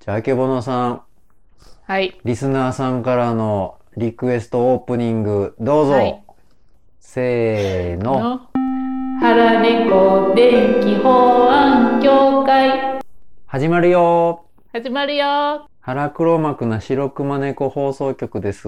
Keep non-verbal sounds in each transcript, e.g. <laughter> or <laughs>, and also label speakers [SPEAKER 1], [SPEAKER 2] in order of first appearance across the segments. [SPEAKER 1] じゃあ、あけぼのさん、
[SPEAKER 2] はい。
[SPEAKER 1] リスナーさんからのリクエストオープニング、どうぞ。
[SPEAKER 2] はい
[SPEAKER 1] せーの。
[SPEAKER 2] の腹猫電気法案協会
[SPEAKER 1] 始まるよ
[SPEAKER 2] 始まるよ
[SPEAKER 1] 腹黒幕な白熊猫放送局
[SPEAKER 3] <laughs>
[SPEAKER 1] です。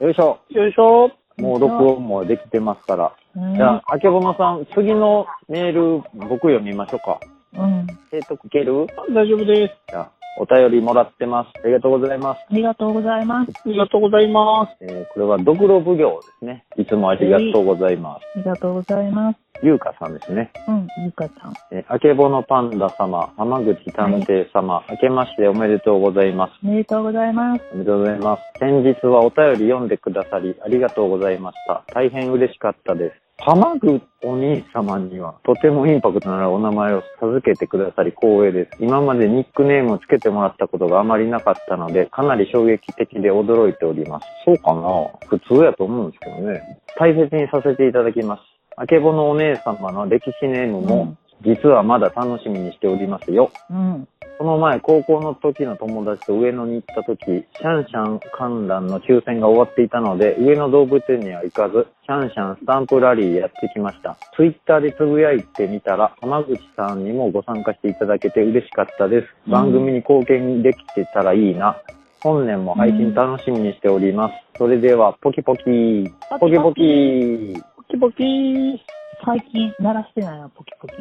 [SPEAKER 3] よいしょ。よいしょ。もう録音もできてますから。
[SPEAKER 2] うん
[SPEAKER 3] じゃあ、あけぼのさん、次のメール、僕読みましょうか。
[SPEAKER 2] うん。
[SPEAKER 3] えっと、いける
[SPEAKER 4] 大丈夫です。
[SPEAKER 3] じゃあ、お便りもらってます。ありがとうございます。
[SPEAKER 2] ありがとうございます。
[SPEAKER 4] ありがとうございます。
[SPEAKER 3] えーこれは、ドクロ奉行ですね。いつもありがとうございます。
[SPEAKER 2] ありがとうございます。
[SPEAKER 3] ゆうかさんですね。
[SPEAKER 2] うん、ゆかちゃん。
[SPEAKER 3] えーあけぼのパンダ様、浜口探偵様、明けましておめでとうございます。
[SPEAKER 2] おめでとうございます。
[SPEAKER 3] おめでとうございます。先日はお便り読んでくださり、ありがとうございました。大変嬉しかったです。浜口お兄様には、とてもインパクトのあるお名前を授けてくださり光栄です。今までニックネームをつけてもらったことがあまりなかったので、かなり衝撃的で驚いております。そうかな普通やと思うんですけどね。大切にさせていただきます。あけぼのお姉様の歴史ネームも、実はまだ楽しみにしておりますよ。
[SPEAKER 2] うん。
[SPEAKER 3] この前、高校の時の友達と上野に行った時、シャンシャン観覧の抽選が終わっていたので、上野動物園には行かず、シャンシャンスタンプラリーやってきました。ツイッターでつぶやいてみたら、浜口さんにもご参加していただけて嬉しかったです。番組に貢献できてたらいいな。本年も配信楽しみにしております。それでは、ポキポキポキポキ
[SPEAKER 4] ポキポキー。
[SPEAKER 2] 最近鳴らしてないな、ポキポキ。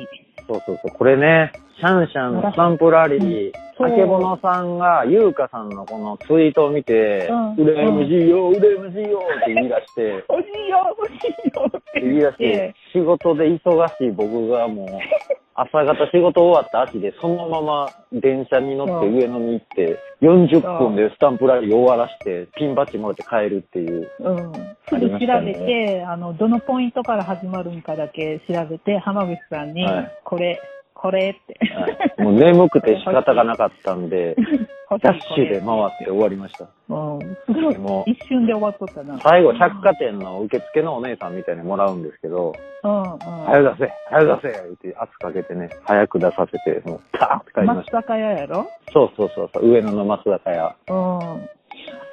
[SPEAKER 3] そうそうそう、これね、シャンシャンのスタンプラリー、
[SPEAKER 2] うん
[SPEAKER 3] あけぼのさんが、優香さんのこのツイートを見て、
[SPEAKER 2] うん
[SPEAKER 3] うらやましいよ、うらやましいよって言い出して、
[SPEAKER 2] 欲しいよ、欲しいよって
[SPEAKER 3] 言い出して、仕事で忙しい僕がもう、朝方仕事終わった秋で、そのまま電車に乗って
[SPEAKER 2] うん
[SPEAKER 3] 上野に行って、40分でスタンプラリー終わらして、ピンバッジもらって帰るっていう。
[SPEAKER 2] うん。す
[SPEAKER 3] あ
[SPEAKER 2] ぐ
[SPEAKER 3] り
[SPEAKER 2] 調
[SPEAKER 3] ましたね
[SPEAKER 2] べて、あの、どのポイントから始まるんかだけ調べて、浜口さんに
[SPEAKER 3] はい、
[SPEAKER 2] これ、これって、
[SPEAKER 3] はいもう眠くて仕方がなかったん
[SPEAKER 2] <laughs>
[SPEAKER 3] で、
[SPEAKER 2] 欲
[SPEAKER 3] ダッ
[SPEAKER 2] しい、こ
[SPEAKER 3] シュ
[SPEAKER 2] れ
[SPEAKER 3] で。回って終わりました。
[SPEAKER 2] うん。すごい
[SPEAKER 3] もう
[SPEAKER 2] 一瞬で終わっとったな。
[SPEAKER 3] 最後、百貨店の受付のお姉さんみたいにもらうんですけど、
[SPEAKER 2] うん、
[SPEAKER 3] 早
[SPEAKER 2] う
[SPEAKER 3] く出せ早く出せって圧かけてね、早く出させて、もう、パーって帰
[SPEAKER 2] ん。
[SPEAKER 3] りまし
[SPEAKER 2] 松
[SPEAKER 3] た。
[SPEAKER 2] 坂屋やろ
[SPEAKER 3] そうそうそうそう、上野の松坂屋。
[SPEAKER 2] うん。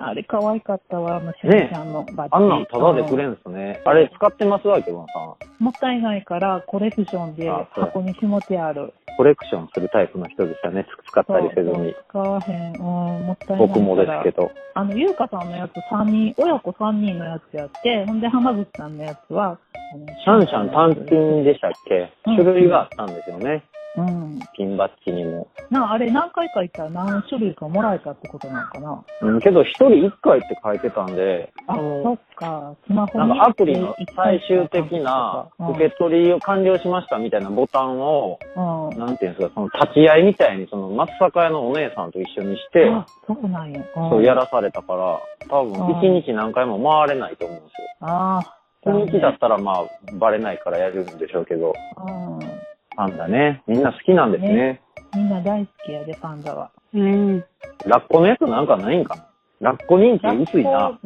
[SPEAKER 2] あれ可愛かったわ、あの、し
[SPEAKER 3] ね
[SPEAKER 2] ゅちゃんのバッジ。
[SPEAKER 3] あんなんタダでく
[SPEAKER 2] う
[SPEAKER 3] れんすね。あれ使ってますわ、けどさ
[SPEAKER 2] んもったいないから、コレクションで
[SPEAKER 3] あそう
[SPEAKER 2] 箱にひもてある。
[SPEAKER 3] ん。コレクションするタイプの人でしたね、つ使ったりせずに。
[SPEAKER 2] 使わへん。うん、もったいないから。
[SPEAKER 3] 僕もですけど。
[SPEAKER 2] あの、ゆうかさんのやつ3人、親子3人のやつやって、ほんで浜口さんのやつは、あの
[SPEAKER 3] シャンシャン単品でしたっけ
[SPEAKER 2] うん
[SPEAKER 3] 種類があったんですよね。
[SPEAKER 2] うん。
[SPEAKER 3] ピンバッジにも。
[SPEAKER 2] なあ、あれ何回か行ったら何種類かもらえたってことなのかな
[SPEAKER 3] うん、けど一人一回って書いてたんで、
[SPEAKER 2] あ、そっか、スマホ
[SPEAKER 3] な
[SPEAKER 2] に
[SPEAKER 3] んかアプリの最終的な
[SPEAKER 2] うん
[SPEAKER 3] 受け取りを完了しましたみたいなボタンを、
[SPEAKER 2] うん。
[SPEAKER 3] なんていうんですか、その立ち会いみたいに、その松坂屋のお姉さんと一緒にして、
[SPEAKER 2] あ、そうなんや。ん
[SPEAKER 3] そうやらされたから、多分
[SPEAKER 2] うん
[SPEAKER 3] 一日何回も回れないと思うんですよ。
[SPEAKER 2] ああ。
[SPEAKER 3] 一日だったらまあ、バレないからやるんでしょうけど、
[SPEAKER 2] うん。
[SPEAKER 3] パンダね、みんな好きなんですね。
[SPEAKER 2] みんな大好きやで、パンダは。
[SPEAKER 3] ラッコのやつなんかないんかなラッコ人気薄いな。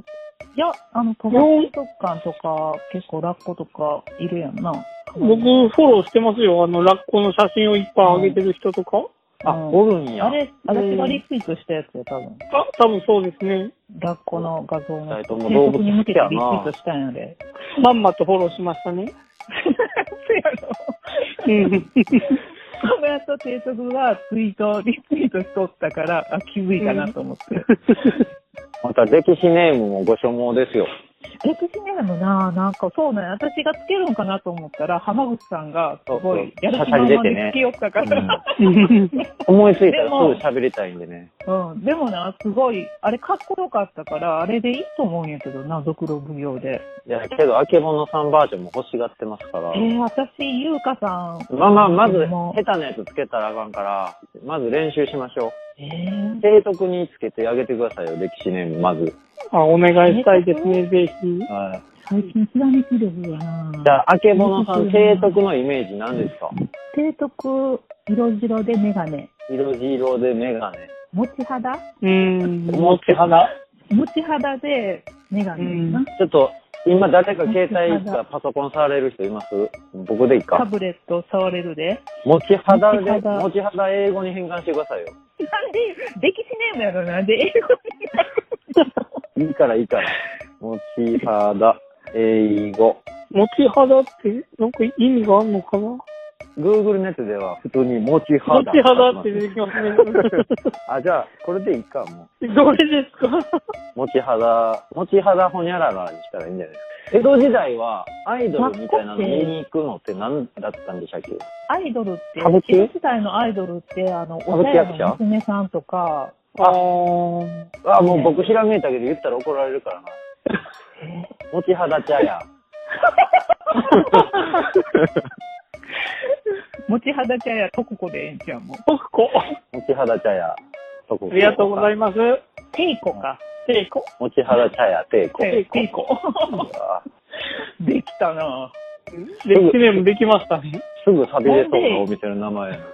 [SPEAKER 2] いや、あの、トマト食感とか、結構ラッコとかいるやんな。
[SPEAKER 4] 僕、フォローしてますよ。あの、ラッコの写真をいっぱい上げてる人とか。
[SPEAKER 3] あ、
[SPEAKER 2] うん
[SPEAKER 3] おるんや。
[SPEAKER 2] あれ、私がリツイートしたやつや、多分。
[SPEAKER 4] あ、多分そうですね。
[SPEAKER 2] ラッコの画像の
[SPEAKER 3] 二人とも
[SPEAKER 2] 制
[SPEAKER 3] 動
[SPEAKER 2] 作
[SPEAKER 3] 物
[SPEAKER 2] に向
[SPEAKER 3] 好
[SPEAKER 2] け
[SPEAKER 3] き
[SPEAKER 2] て
[SPEAKER 3] やな
[SPEAKER 2] リツイートしたんやで。
[SPEAKER 4] まんまとフォローしましたね。
[SPEAKER 2] そうやろ。
[SPEAKER 4] うん。
[SPEAKER 2] そのやつと定食がツイート、リツイートしとったから、あ、気づいたなと思って。
[SPEAKER 3] また歴史ネームもご所望ですよ。
[SPEAKER 2] 歴史ネームな、なんかそうね、私がつけるんかなと思ったら、浜口さんがすごい、やる気満々につけよったから。
[SPEAKER 3] 思いついた
[SPEAKER 2] で
[SPEAKER 3] ら
[SPEAKER 2] も
[SPEAKER 3] すぐ喋りたいんでね。
[SPEAKER 2] うん、でもな、すごい、あれかっこよかったから、あれでいいと思うんやけどな、ドクロ奉行で。
[SPEAKER 3] いや、けど、あけぼのさんバージョンも欲しがってますから。
[SPEAKER 2] えー、私、優香さん。
[SPEAKER 3] まあまあ、まず、
[SPEAKER 2] も
[SPEAKER 3] 下手なやつつけたらあかんから、まず練習しましょ
[SPEAKER 2] うえー
[SPEAKER 3] う。提督につけてあげてくださいよ、歴史ネーム、まず。
[SPEAKER 4] あ、お願いしたいですね、ぜひ。
[SPEAKER 3] は。
[SPEAKER 2] 最近ひらめき力がない
[SPEAKER 3] じゃあ、あけぼのさん、提督のイメージ何ですか
[SPEAKER 2] 提督、色白でメガネ。
[SPEAKER 3] 色白でメガネ。
[SPEAKER 2] 持ち肌
[SPEAKER 4] うん。
[SPEAKER 3] 持ち肌
[SPEAKER 2] 持ち肌でメガネ。
[SPEAKER 4] うん
[SPEAKER 2] な
[SPEAKER 3] ちょっと、今誰か携帯かパソコン触れる人います僕でいい
[SPEAKER 2] タ
[SPEAKER 3] か。
[SPEAKER 2] ブレットを触れるで。
[SPEAKER 3] 持ち肌で、
[SPEAKER 2] 持ち肌
[SPEAKER 3] 持ち肌英語に変換してくださいよ。
[SPEAKER 2] なんで、できしねえのやろなんで英語になる
[SPEAKER 3] いいからいいから。持ち肌英語。
[SPEAKER 4] 持ち肌って、なんか意味があるのかな持
[SPEAKER 3] Google のやつでは普通に持ち肌。
[SPEAKER 4] ち肌って出てきますね。
[SPEAKER 3] <laughs> あ、じゃあ、これでいいか、も
[SPEAKER 4] どれですか
[SPEAKER 3] う。持ち肌、持ち肌ほにゃららにしたらいいんじゃないですか。江戸時代はアイドルみたいなの見に行くのって何だったんでしたっけ
[SPEAKER 2] アイドルって
[SPEAKER 3] 歌舞伎、
[SPEAKER 2] 江戸時代のアイドルって、あの、
[SPEAKER 3] 歌
[SPEAKER 2] お
[SPEAKER 3] 舞
[SPEAKER 2] 茶
[SPEAKER 3] 伎
[SPEAKER 2] 屋
[SPEAKER 3] 役者
[SPEAKER 2] の娘さんとか、
[SPEAKER 4] あー。
[SPEAKER 3] あ、もう僕ひらめいたけど言ったら怒られるからな。持ち肌茶屋。
[SPEAKER 2] 持ち肌茶屋とここでええんちゃうもん。
[SPEAKER 4] 僕こ。
[SPEAKER 3] 持ち肌茶屋。あ
[SPEAKER 4] ありがとうござい
[SPEAKER 3] ま
[SPEAKER 4] ます。
[SPEAKER 2] テイコか。
[SPEAKER 4] えいこ。
[SPEAKER 3] す。持ち肌茶屋、ていこ。
[SPEAKER 2] テイコ。できたな
[SPEAKER 4] 歴史面もできましたね。
[SPEAKER 3] すぐ錆びれそうなお店の名前やな。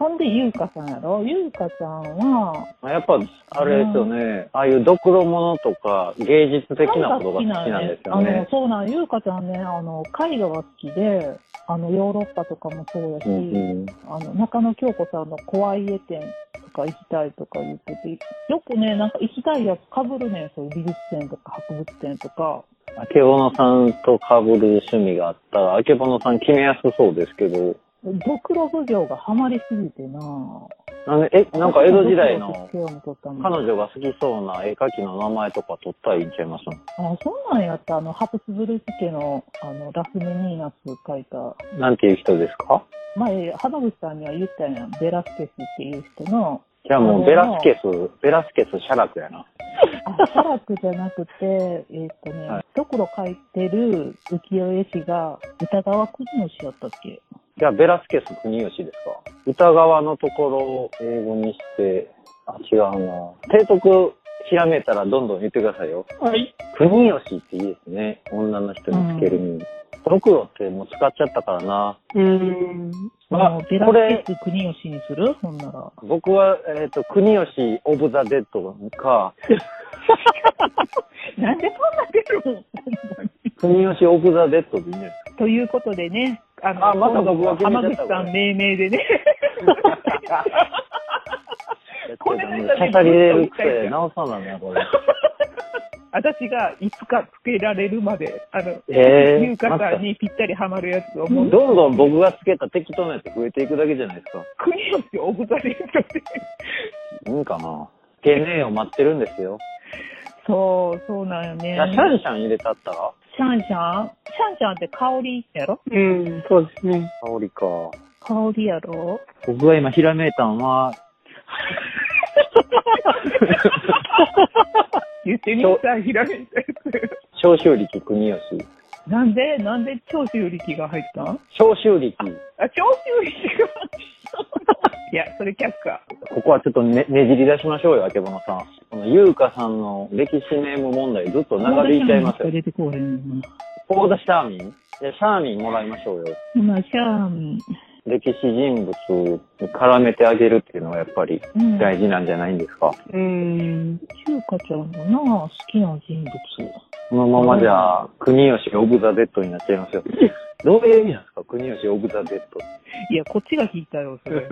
[SPEAKER 2] ほんで、ゆうかさんやろゆうかさんは、
[SPEAKER 3] まあやっぱ、あれですよね。ああいうドクロものとか、芸術的なことが好きなん
[SPEAKER 2] ん
[SPEAKER 3] です
[SPEAKER 2] あ
[SPEAKER 3] よ
[SPEAKER 2] の
[SPEAKER 3] ね、。
[SPEAKER 2] そうなん、ゆうかちゃんね、あの、絵画が好きで、あの、ヨーロッパとかもそうやし、
[SPEAKER 3] うんうん
[SPEAKER 2] あの、中野京子さんの怖い絵展とか行きたいとか言ってて、よくね、なんか行きたいやつ被るねん、そういう美術展とか博物展とか。
[SPEAKER 3] あけぼのさんと被る趣味があったら、あけぼのさん決めやすそうですけど、
[SPEAKER 2] ドクロ奉行がハマりすぎてな
[SPEAKER 3] なんで、え、なんか江戸時代
[SPEAKER 2] ド
[SPEAKER 3] の
[SPEAKER 2] クロ奉行の撮ったもん
[SPEAKER 3] 彼女が好きそうな絵描きの名前とか取ったらいいんちゃいます
[SPEAKER 2] あ、そんなんやった。あの、ハプスブルク家の、あの、ラスメニーナス書いた。
[SPEAKER 3] なんていう人ですか
[SPEAKER 2] 前、浜口さんには言ったやん。ベラスケスっていう人の、
[SPEAKER 3] じゃあもうベラスケス、ベラスケス写楽やな。
[SPEAKER 2] あ写楽じゃなくて、えーっとね、
[SPEAKER 3] は
[SPEAKER 2] ドクロ書いてる浮世絵師が、歌川国の師やったっけ
[SPEAKER 3] じゃあベラスケス国吉ですか歌川のところを英語にして、あ、違うな。提督ひらめいたらどんどん言ってくださいよ。
[SPEAKER 4] はい。
[SPEAKER 3] 国吉っていいですね。女の人につけるに。ドクロってもう使っちゃったからな。
[SPEAKER 4] うーん。
[SPEAKER 3] あ
[SPEAKER 2] もうベラ
[SPEAKER 3] これ
[SPEAKER 2] スケス国吉にするほんなら。
[SPEAKER 3] 僕は、えっ、と、国吉オブザ・デッドか、
[SPEAKER 2] なんでそんな出るの
[SPEAKER 3] 国吉オブザ・デッドでいいんじゃないです
[SPEAKER 2] ということでね、あ
[SPEAKER 3] あまた僕が決めちゃ
[SPEAKER 2] 浜
[SPEAKER 3] った
[SPEAKER 2] 口さん命名でね、 <laughs>
[SPEAKER 3] <laughs> か。やってたのにしゃしゃり出る癖直さなのよ、これ。
[SPEAKER 2] 私がいつかつけられるまで、あの、
[SPEAKER 3] えー
[SPEAKER 2] 優香さんにぴったりハマるやつを、も
[SPEAKER 3] どん
[SPEAKER 2] う、
[SPEAKER 3] どん僕がつけた適当なやつ増えていくだけじゃないですか。
[SPEAKER 2] 国吉オブザレントで。
[SPEAKER 3] いいかな。ゲネを待ってるんですよ。
[SPEAKER 2] そう、そうなんよ
[SPEAKER 3] い
[SPEAKER 2] ね。
[SPEAKER 3] や、シャンシャン入れたったら
[SPEAKER 2] シャンシャンシャンシャンって香りやろ
[SPEAKER 4] うん、そうですね。
[SPEAKER 3] 香りか。
[SPEAKER 2] 香りやろ
[SPEAKER 3] 僕が今ひらめいたん <laughs> は、
[SPEAKER 2] 言ってみたい、ひらめいたや
[SPEAKER 3] 召集力国吉。
[SPEAKER 2] つ。なんで、なんで長州力が入ったん
[SPEAKER 3] 召集力。
[SPEAKER 2] あ、長州力が。 <laughs> いや、それ却下。
[SPEAKER 3] ここはちょっとねねじり出しましょうよ、あけぼのさん。この優香さんの歴史ネーム問題ずっと長引いちゃいますよ。
[SPEAKER 2] 出てこうへんな。
[SPEAKER 3] コーダシャーミンいや、シャーミンもらいましょうよ。
[SPEAKER 2] 今、シャーミン。
[SPEAKER 3] 歴史人物に絡めてあげるっていうのはやっぱり
[SPEAKER 2] うん。
[SPEAKER 3] 大事なんじゃないんですか。
[SPEAKER 4] うーん。
[SPEAKER 2] 中華ちゃんのな、好きな人物。
[SPEAKER 3] このままじゃあ、国吉オブザ・デッドになっちゃいますよ。どういう意味なんですか国吉オブザ・デッド。
[SPEAKER 2] いや、こっちが引いたよ、
[SPEAKER 3] <laughs>
[SPEAKER 2] それ。す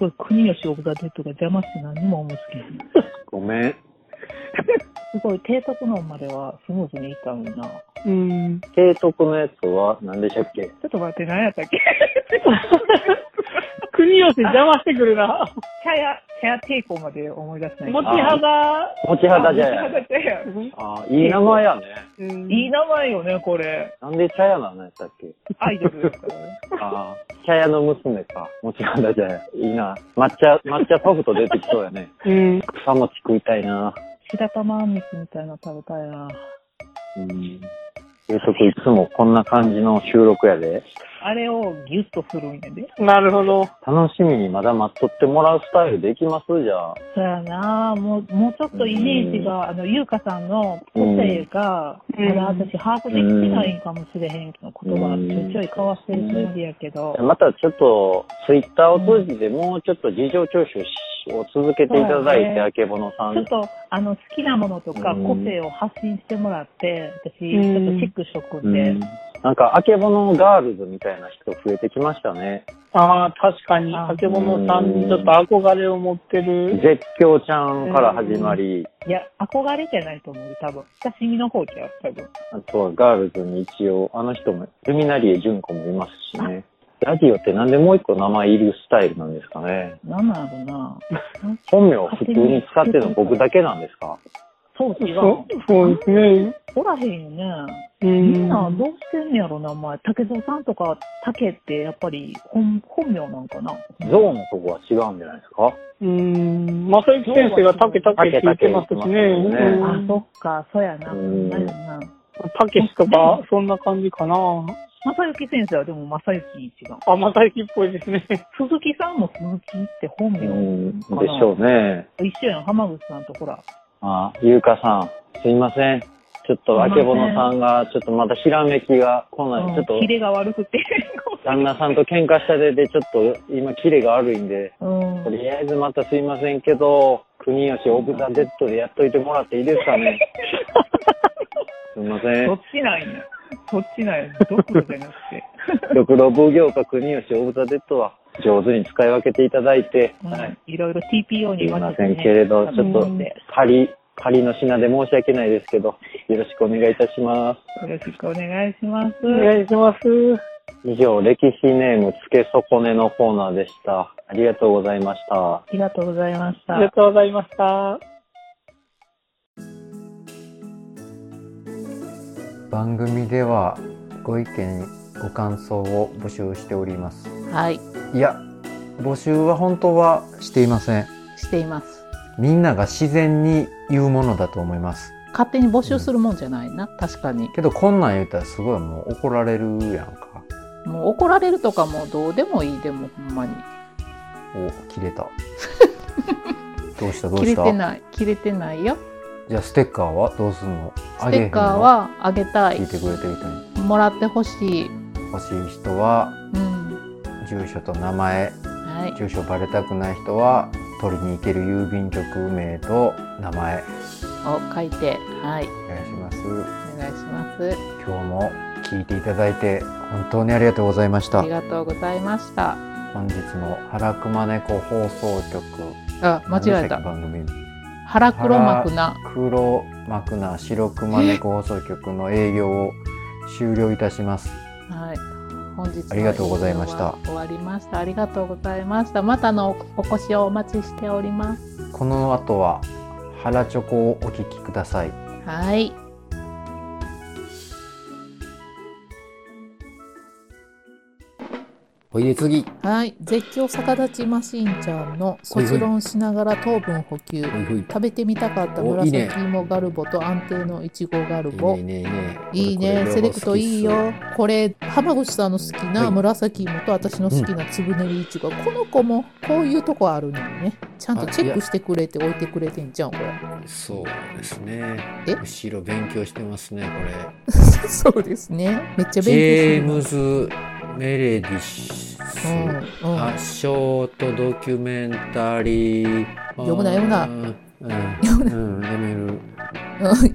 [SPEAKER 2] ごい、国吉オブザ・デッドが邪魔して何も思いつけへん。
[SPEAKER 3] ごめん。
[SPEAKER 2] すごい、低徳のまではスムーズにいったのにな。ち
[SPEAKER 4] うーん。
[SPEAKER 3] 提督のやつは何でしたっけ
[SPEAKER 2] ょっと待って、何やったっけ
[SPEAKER 4] 国吉邪魔してくるな。
[SPEAKER 2] 茶屋、茶屋抵抗まで思い出せない。
[SPEAKER 4] 持ち肌。
[SPEAKER 3] 持ち肌じゃ
[SPEAKER 2] あ
[SPEAKER 3] や。
[SPEAKER 2] 持ち肌茶屋
[SPEAKER 3] あーいい名前やね。
[SPEAKER 4] うん
[SPEAKER 2] いい名前よね、これ。
[SPEAKER 3] なんで茶屋なのやったっけ
[SPEAKER 2] アイドルですからね。
[SPEAKER 3] ああ、茶屋の娘か。持ち肌じゃや。いいな。抹茶、抹茶ソフト出てきそうやね。
[SPEAKER 4] うん。
[SPEAKER 3] 草餅食いたいな。
[SPEAKER 2] 白玉あんみつみたいなの食べたいな。
[SPEAKER 3] うん。提督いつもこんな感じの収録やで。
[SPEAKER 2] あれをギュッとするんやで。
[SPEAKER 4] なるほど。
[SPEAKER 3] 楽しみにまだ待っとってもらうスタイルできますじゃあ。
[SPEAKER 2] そうやなもう、もうちょっとイメージが、あの、優香さんの個性が、
[SPEAKER 4] うん
[SPEAKER 2] まだ私把握できてないんかもしれへんけど、言葉ちょいちょい交わしてるつもりやけど、
[SPEAKER 3] またちょっと、ツイッターを通じてもうちょっと事情聴取しを続けていただいて、
[SPEAKER 2] そうね
[SPEAKER 3] あけぼのさ
[SPEAKER 2] ちょっ
[SPEAKER 3] ん。
[SPEAKER 2] とあの好きなものとか
[SPEAKER 3] うん
[SPEAKER 2] 個性を発信してもらって、私、
[SPEAKER 4] うん
[SPEAKER 2] ちょっとチェックしとく
[SPEAKER 3] うん
[SPEAKER 2] で、
[SPEAKER 3] ん、なんか、あけぼのガールズみたいな人増えてきましたね。
[SPEAKER 4] ああ、確かに、あけぼのさんにちょっと憧れを持ってる。
[SPEAKER 3] 絶叫ちゃんから始まり、
[SPEAKER 2] いや、憧れじゃないと思う、多分親しみの方じゃん、多分
[SPEAKER 3] あとはガールズに一応、あの人も、ルミナリエ純子もいますしね。ラジオってなんでもう一個名前いるスタイルなんですかね。
[SPEAKER 2] なんなんやろな。
[SPEAKER 3] 本名を普通に使ってるの僕だけなんですか
[SPEAKER 2] そう違う
[SPEAKER 4] そ。うそうですね。
[SPEAKER 2] おらへんよね。
[SPEAKER 4] う
[SPEAKER 2] み
[SPEAKER 4] ん。
[SPEAKER 2] んなどうしてんねやろな、お前。竹蔵さんとか、竹ってやっぱり本本名なんかな。
[SPEAKER 3] ゾウのとこは違うんじゃないですか
[SPEAKER 4] うん。まさゆき先生がタケタケって言ってますしね。
[SPEAKER 3] タケタケ言ってます
[SPEAKER 4] う
[SPEAKER 3] も
[SPEAKER 2] あ、
[SPEAKER 4] ん
[SPEAKER 2] そっか、そうやな。
[SPEAKER 3] うん
[SPEAKER 2] なるな。
[SPEAKER 4] たけしとか、そんな感じかな。
[SPEAKER 2] 正幸先生はでも正幸一番。
[SPEAKER 4] あ、まさゆきっぽいですね。
[SPEAKER 2] 鈴木さんも鈴木って本名
[SPEAKER 3] う
[SPEAKER 2] か
[SPEAKER 3] ん、でし
[SPEAKER 2] な。
[SPEAKER 3] ょうね。
[SPEAKER 2] 一緒やん、浜口さんとほら。
[SPEAKER 3] あ、ゆうかさん、すいません。ちょっと、あけぼのさんが、ちょっとまたひらめきが来ない。ちょっと
[SPEAKER 2] キ、レが悪く
[SPEAKER 3] <laughs>
[SPEAKER 2] て。
[SPEAKER 3] 旦那さんと喧嘩したで、で、ちょっと、今、キレが悪いんで、
[SPEAKER 2] うん
[SPEAKER 3] と。りあえずまたすいませんけど、国吉オブザ・デッドでやっといてもらっていいですか
[SPEAKER 2] <laughs>
[SPEAKER 3] ね。すいませ
[SPEAKER 2] そ
[SPEAKER 3] ん
[SPEAKER 2] っ。ちなんや。そっちなんや。どころじゃなくて。
[SPEAKER 3] 六郎奉行か国吉オブザ・デッドは上手に使い分けていただいて、
[SPEAKER 2] う
[SPEAKER 3] はい
[SPEAKER 2] ん、いろいろ TPO
[SPEAKER 3] す
[SPEAKER 2] に
[SPEAKER 3] い
[SPEAKER 2] 言わ
[SPEAKER 3] ま
[SPEAKER 2] れて、
[SPEAKER 3] せ
[SPEAKER 2] ね。
[SPEAKER 3] んけれど、ちょっと
[SPEAKER 2] うんよ
[SPEAKER 3] 仮、仮の品で申し訳ないですけど、よろしくお願いいたします。
[SPEAKER 2] ろしくお願いします。
[SPEAKER 4] お願いします。
[SPEAKER 3] 以上、歴史ネームつけ損ねのコーナーでした。ありがとうございました。
[SPEAKER 2] ありがとうございまし
[SPEAKER 4] あ
[SPEAKER 2] た
[SPEAKER 4] り。がとうございました。
[SPEAKER 1] 番組ではご意見ご感想を募集しております
[SPEAKER 5] はい、
[SPEAKER 1] いや募集は本当はしていません
[SPEAKER 5] しています。
[SPEAKER 1] みんなが自然に言うものだと思います
[SPEAKER 5] 勝手に募集するもんじゃないな、確かに。
[SPEAKER 1] けどこんなん言ったらすごいもう怒られるやんか
[SPEAKER 5] もう怒られるとかもうどうでもいいでもほんまに。
[SPEAKER 1] お切れ
[SPEAKER 5] <laughs>
[SPEAKER 1] たどうしたどう
[SPEAKER 5] 切
[SPEAKER 1] し
[SPEAKER 5] れ
[SPEAKER 1] た
[SPEAKER 5] てない、切れてないよ。
[SPEAKER 1] じゃあステッカーはどうすんの
[SPEAKER 5] ステッカーはあげた
[SPEAKER 1] あげへん
[SPEAKER 5] い
[SPEAKER 1] の聞い。てくれてる人に
[SPEAKER 5] もらってほしい。
[SPEAKER 1] 欲しい人は
[SPEAKER 5] うん。
[SPEAKER 1] 住所と名前
[SPEAKER 5] はい。
[SPEAKER 1] 住所バレたくない人は取りに行ける郵便局名と名前
[SPEAKER 5] を書いて、はい。
[SPEAKER 1] お願いします
[SPEAKER 5] お願いします。
[SPEAKER 1] 今日も聞いていただいて本当にありがとうございまし
[SPEAKER 5] あ
[SPEAKER 1] た
[SPEAKER 5] りがとうございました。
[SPEAKER 1] 本日の原熊猫放送局
[SPEAKER 5] あ、間
[SPEAKER 1] 何
[SPEAKER 5] 違え
[SPEAKER 1] でしたっけ
[SPEAKER 5] た。
[SPEAKER 1] 番組
[SPEAKER 5] 腹黒幕な。
[SPEAKER 1] 黒幕な白熊猫放送局の営業を終了いたします
[SPEAKER 5] はい。本日の
[SPEAKER 1] ありがとうございました
[SPEAKER 5] 営業は終わりました。ありがとうございました。またのおお越しをお待ちしております。
[SPEAKER 1] この後は原チョコをお聞きください
[SPEAKER 5] はい。
[SPEAKER 1] おいで次
[SPEAKER 5] はい、絶叫逆立ちマシーンちゃんの
[SPEAKER 1] ほいほい
[SPEAKER 5] 卒論しながら糖分補給
[SPEAKER 1] ほいほい
[SPEAKER 5] 食べてみたかった
[SPEAKER 1] おいいね
[SPEAKER 5] 紫芋ガルボと安定のいちごガルボ
[SPEAKER 1] いいねいいね
[SPEAKER 5] いいねセレクトいいよこれ浜口さんの好き
[SPEAKER 1] は
[SPEAKER 5] ない紫芋と私の好きなつぶねりいちごこの子もこういうとこあるのよねちゃんとチェックしてくれて置いてくれてんじゃんこれ
[SPEAKER 1] そうですね
[SPEAKER 5] え
[SPEAKER 1] むしろ勉強してますねこ
[SPEAKER 5] <laughs> そうですねめっちゃ
[SPEAKER 1] れジェー
[SPEAKER 5] 勉
[SPEAKER 1] ム
[SPEAKER 5] 強
[SPEAKER 1] ズ・メレディス
[SPEAKER 5] するうんうん
[SPEAKER 1] あショートドキュメンタリー
[SPEAKER 5] 読むな読むな
[SPEAKER 1] うん、うん、やめる
[SPEAKER 5] うん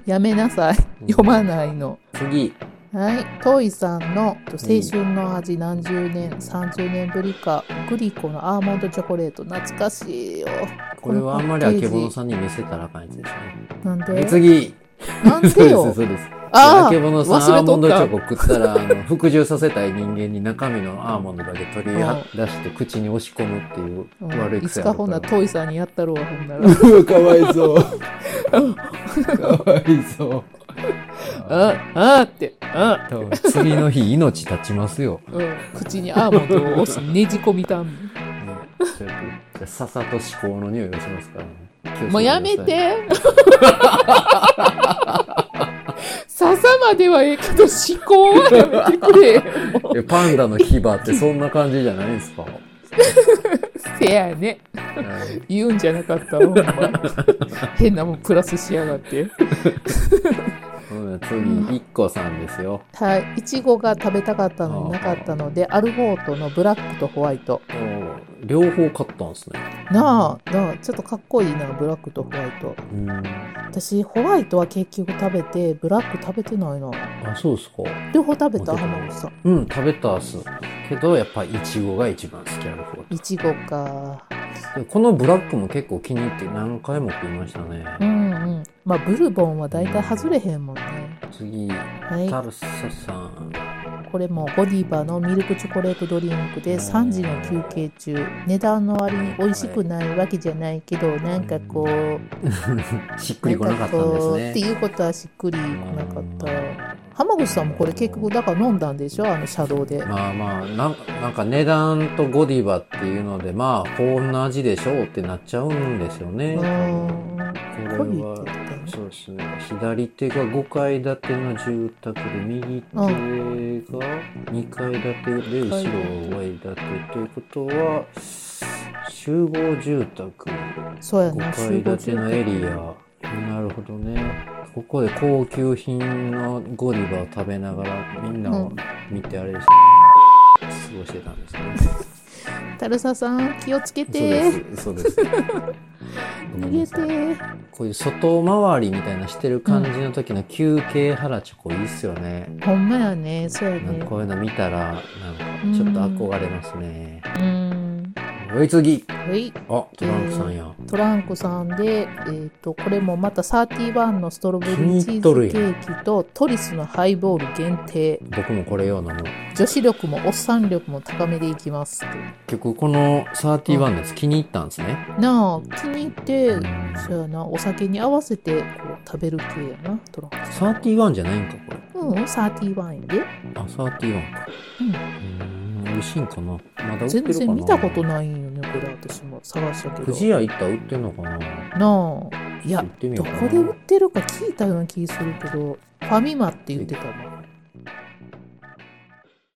[SPEAKER 5] やめなさい読まないの
[SPEAKER 1] 次
[SPEAKER 5] はい、トイさんのと青春の味何十年、30年ぶりかグリコのアーモンドチョコレート懐かしいよ
[SPEAKER 1] これはあんまりあけぼの
[SPEAKER 5] ん
[SPEAKER 1] さんに見せたらあかんやつですね
[SPEAKER 5] なんで
[SPEAKER 1] で次
[SPEAKER 5] なん
[SPEAKER 1] <laughs>
[SPEAKER 5] で
[SPEAKER 1] そうです
[SPEAKER 5] よ
[SPEAKER 1] そうですあ
[SPEAKER 5] あ
[SPEAKER 1] け
[SPEAKER 5] ー
[SPEAKER 1] ぼのさん
[SPEAKER 5] 忘れとった
[SPEAKER 1] アーモンドチョコ食ったらあの服従させたい人間に中身のアーモンドだけ取り
[SPEAKER 5] うん
[SPEAKER 1] 出して口に押し込むっていう
[SPEAKER 5] う
[SPEAKER 1] 悪い
[SPEAKER 5] ん、い
[SPEAKER 1] 癖
[SPEAKER 5] つ
[SPEAKER 1] や
[SPEAKER 5] か
[SPEAKER 1] ろ
[SPEAKER 5] ほんな
[SPEAKER 1] こ
[SPEAKER 5] トイさんにやったろうほんな
[SPEAKER 1] <laughs>
[SPEAKER 5] ら
[SPEAKER 1] れうわかわいそうかわいそう
[SPEAKER 5] ああってあ、
[SPEAKER 1] 多分次の日命立ちますよ、
[SPEAKER 5] うん、口にアーモンドを押すねじ込みたん
[SPEAKER 1] じゃあささと思考の匂いがしますからね気をつけください
[SPEAKER 5] もうやめて <laughs> 笹まではええけど思考はやめて
[SPEAKER 1] <laughs>
[SPEAKER 5] くれもう
[SPEAKER 1] えパンダの牙ってそんな感じじゃないですか、
[SPEAKER 5] せやね
[SPEAKER 1] はい
[SPEAKER 5] 言うんじゃなかったほんま変なもんプラスしやがって
[SPEAKER 1] うん次、いっこさんですよ。
[SPEAKER 5] はいいちごが食べたかったのになかったのでアルフォートのブラックとホワイト
[SPEAKER 1] おー両方買ったんですね。
[SPEAKER 2] なあ、なあ、ちょっとかっこいいな、ブラックとホワイト。
[SPEAKER 1] うん。
[SPEAKER 2] 私、ホワイトは結局食べて、ブラック食べてないな。
[SPEAKER 1] あ、そうですか。
[SPEAKER 2] 両方食べた、
[SPEAKER 1] あ出た
[SPEAKER 2] 浜口さん。
[SPEAKER 1] うん、食べたっす。けど、やっぱイチゴが一番好きなの
[SPEAKER 2] いちごか。
[SPEAKER 1] でこのブラックも結構気に入って何回も食いましたね。
[SPEAKER 2] うんうん。まあ、ブルボンは大体外れへんもんね。
[SPEAKER 1] 次、タ
[SPEAKER 2] は
[SPEAKER 1] ルサさん。
[SPEAKER 2] い。これもゴディバのミルクチョコレートドリンクで3時の休憩中。値段の割に美味しくないわけじゃないけど、なんかこう、
[SPEAKER 1] しっく
[SPEAKER 2] な
[SPEAKER 1] り
[SPEAKER 2] ん
[SPEAKER 1] こなか
[SPEAKER 2] か
[SPEAKER 1] ったんで
[SPEAKER 2] こ
[SPEAKER 1] す
[SPEAKER 2] うって
[SPEAKER 1] ね。
[SPEAKER 2] いうことはしっくりこなかった。浜口さんもこれ結局だから飲んだんでしょあの車道で。
[SPEAKER 1] まあまあなん、なんか値段とゴディバっていうので、まあ、こんな味でしょうってなっちゃうんですよね。
[SPEAKER 2] う
[SPEAKER 1] こ
[SPEAKER 2] ん。
[SPEAKER 1] れ
[SPEAKER 2] コリーって
[SPEAKER 1] は、
[SPEAKER 2] 言ったよね。
[SPEAKER 1] そうですね。左手が5階建ての住宅で、右手が2階建てで、後ろ5階建てということは、集合住宅。
[SPEAKER 2] そうやな、集
[SPEAKER 1] 5階
[SPEAKER 2] 合
[SPEAKER 1] 建
[SPEAKER 2] 住
[SPEAKER 1] ての
[SPEAKER 2] 宅
[SPEAKER 1] エリア。なるほどね。ここで高級品のゴディバを食べながらみんなを見てあれし、過ごしてたんですね。
[SPEAKER 2] タルサさん、気をつけ
[SPEAKER 1] そうで
[SPEAKER 2] て。
[SPEAKER 1] す。そうです。
[SPEAKER 2] 逃げて。
[SPEAKER 1] こういう外回りみたいなしてる感じの時の休憩腹チョコいいっすよね。
[SPEAKER 2] ほんまやね、そうや
[SPEAKER 1] なんか
[SPEAKER 2] ね。
[SPEAKER 1] こういうの見たら、なんかちょっと憧れますね。
[SPEAKER 2] うん。
[SPEAKER 1] おい次
[SPEAKER 2] はい。
[SPEAKER 1] あ、トランクさんや。
[SPEAKER 2] トランクさんで、えっ、と、これもまた31のストロベリーチーズケーキとトリスのハイボール限定。
[SPEAKER 1] 僕もこれようなもん。
[SPEAKER 2] 女子力もおっさん力も高めでいきますって。
[SPEAKER 1] 結局この31のやつ気に入ったんですね。
[SPEAKER 2] なあ、気に入って
[SPEAKER 1] うん、
[SPEAKER 2] そうやな、お酒に合わせてこう食べる系やな、トランクさん。
[SPEAKER 1] 31じゃないんか、これ。
[SPEAKER 2] うん、31やで。
[SPEAKER 1] あ、31か。
[SPEAKER 2] うん
[SPEAKER 1] ん。美味しいんかなまだ売ってる
[SPEAKER 2] 全
[SPEAKER 1] かな
[SPEAKER 2] 然見たことないんよね、これ私も探したけど。
[SPEAKER 1] 富士屋行ったら売ってんのかな
[SPEAKER 2] なあいや
[SPEAKER 1] 行ってみよ
[SPEAKER 2] ど
[SPEAKER 1] うかな
[SPEAKER 2] こで売ってるか聞いたような気するけどファミマって言ってたな